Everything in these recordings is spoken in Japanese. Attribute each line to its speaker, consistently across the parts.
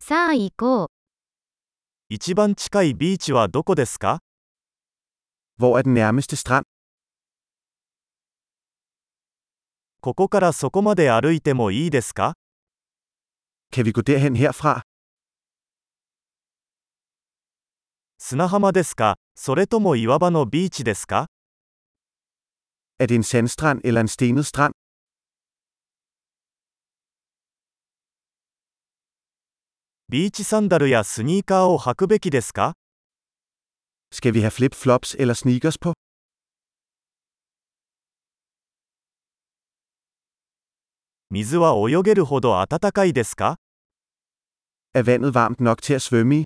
Speaker 1: さあ行こう。
Speaker 2: 一番近いビーチはどこですか
Speaker 3: Hvor er den nærmeste strand?
Speaker 2: ここからそこまで歩いてもいいですか
Speaker 3: Kan vi gå derhen herfra?
Speaker 2: 砂浜ですかそれとも岩場のビーチですか
Speaker 3: Er det en sandstrand eller en stenet strand?
Speaker 2: ビーチサンダルやスニーカーを履くべきですか
Speaker 3: Skal vi have flip-flops eller sneakers på?
Speaker 2: 水は泳げるほど暖かいですか
Speaker 3: Er vandet varmt nok til at svømme i?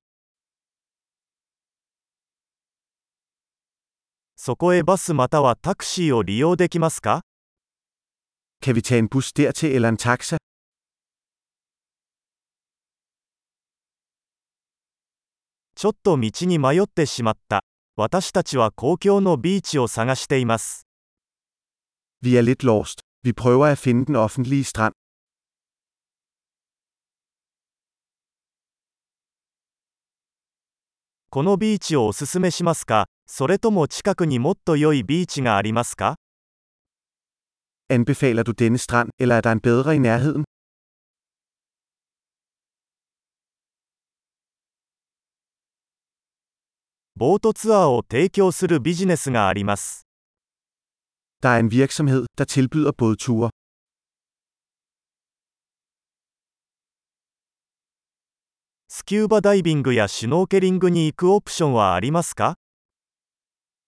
Speaker 2: そこへバスまたはタクシーを利用できますか
Speaker 3: Kan vi tage en bus dertil eller en taxa?
Speaker 2: ちょっと道に迷ってしまった。私たちは公共のビーチを探しています。
Speaker 3: Vi er lidt lost. Vi prøver at finde den offentlige strand.
Speaker 2: このビーチをおすすめしますかそれとも近くにもっと良いビーチがありますか
Speaker 3: Anbefaler du denne strand, eller er der en bedre i nærheden?
Speaker 2: ボートツアーを提供するビジネスがあります。
Speaker 3: Der er en virksomhed, der tilbyder bådture.
Speaker 2: スキューバダイビングやシュノーケリングに行くオプションはありますか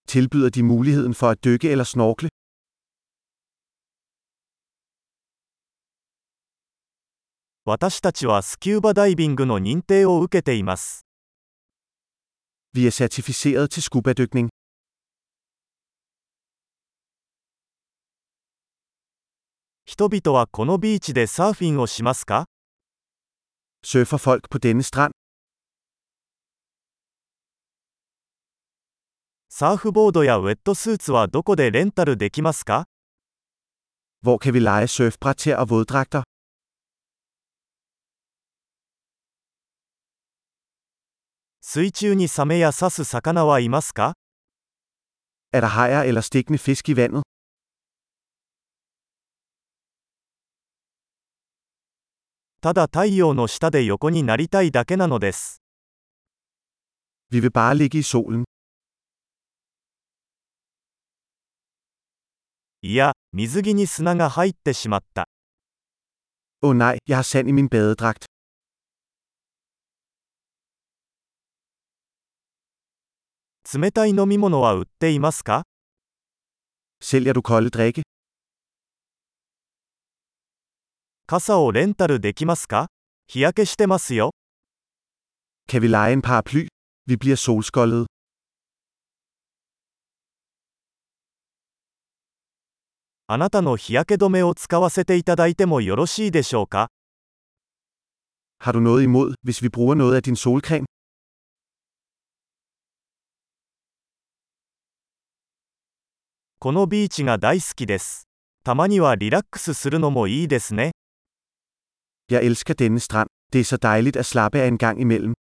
Speaker 3: Tilbyder de muligheden for at dykke eller snorkle?
Speaker 2: 私たちはスキューバダイビングの認定を受けています。
Speaker 3: Vi er certificeret til skubadykning.
Speaker 2: 人々はこのビーチでサーフィンをしますか
Speaker 3: Surfer folk på denne strand?
Speaker 2: サーフボードやウェットスーツはどこでレンタルできますか
Speaker 3: Hvor kan vi lege surfbræt til og våddragter?
Speaker 2: 水中にサメや刺す魚はいますか
Speaker 3: Er der hajer eller stikkende fisk i vandet?
Speaker 2: ただ太陽の下で横になりたいだけなのです。
Speaker 3: Vi vil bare ligge i solen.
Speaker 2: いや、水着に砂が入ってしまった。
Speaker 3: Åh oh nej, jeg har sand i min badedragt.
Speaker 2: 冷たい飲み物は売っていますか
Speaker 3: Sælger du kolde drikke?
Speaker 2: 傘をレンタルできますか日焼けしてますよ。
Speaker 3: Kan vi lege en paraply? Vi bliver solskoldede.
Speaker 2: あなたの日焼け止めを使わせていただいてもよろしいでしょうか
Speaker 3: Har du noget imod, hvis vi bruger noget af din solcreme?
Speaker 2: このビーチが大好きです。たまにはリラックスするのもいいですね。
Speaker 3: Jeg elsker denne strand. Det er så dejligt at slappe af en gang imellem.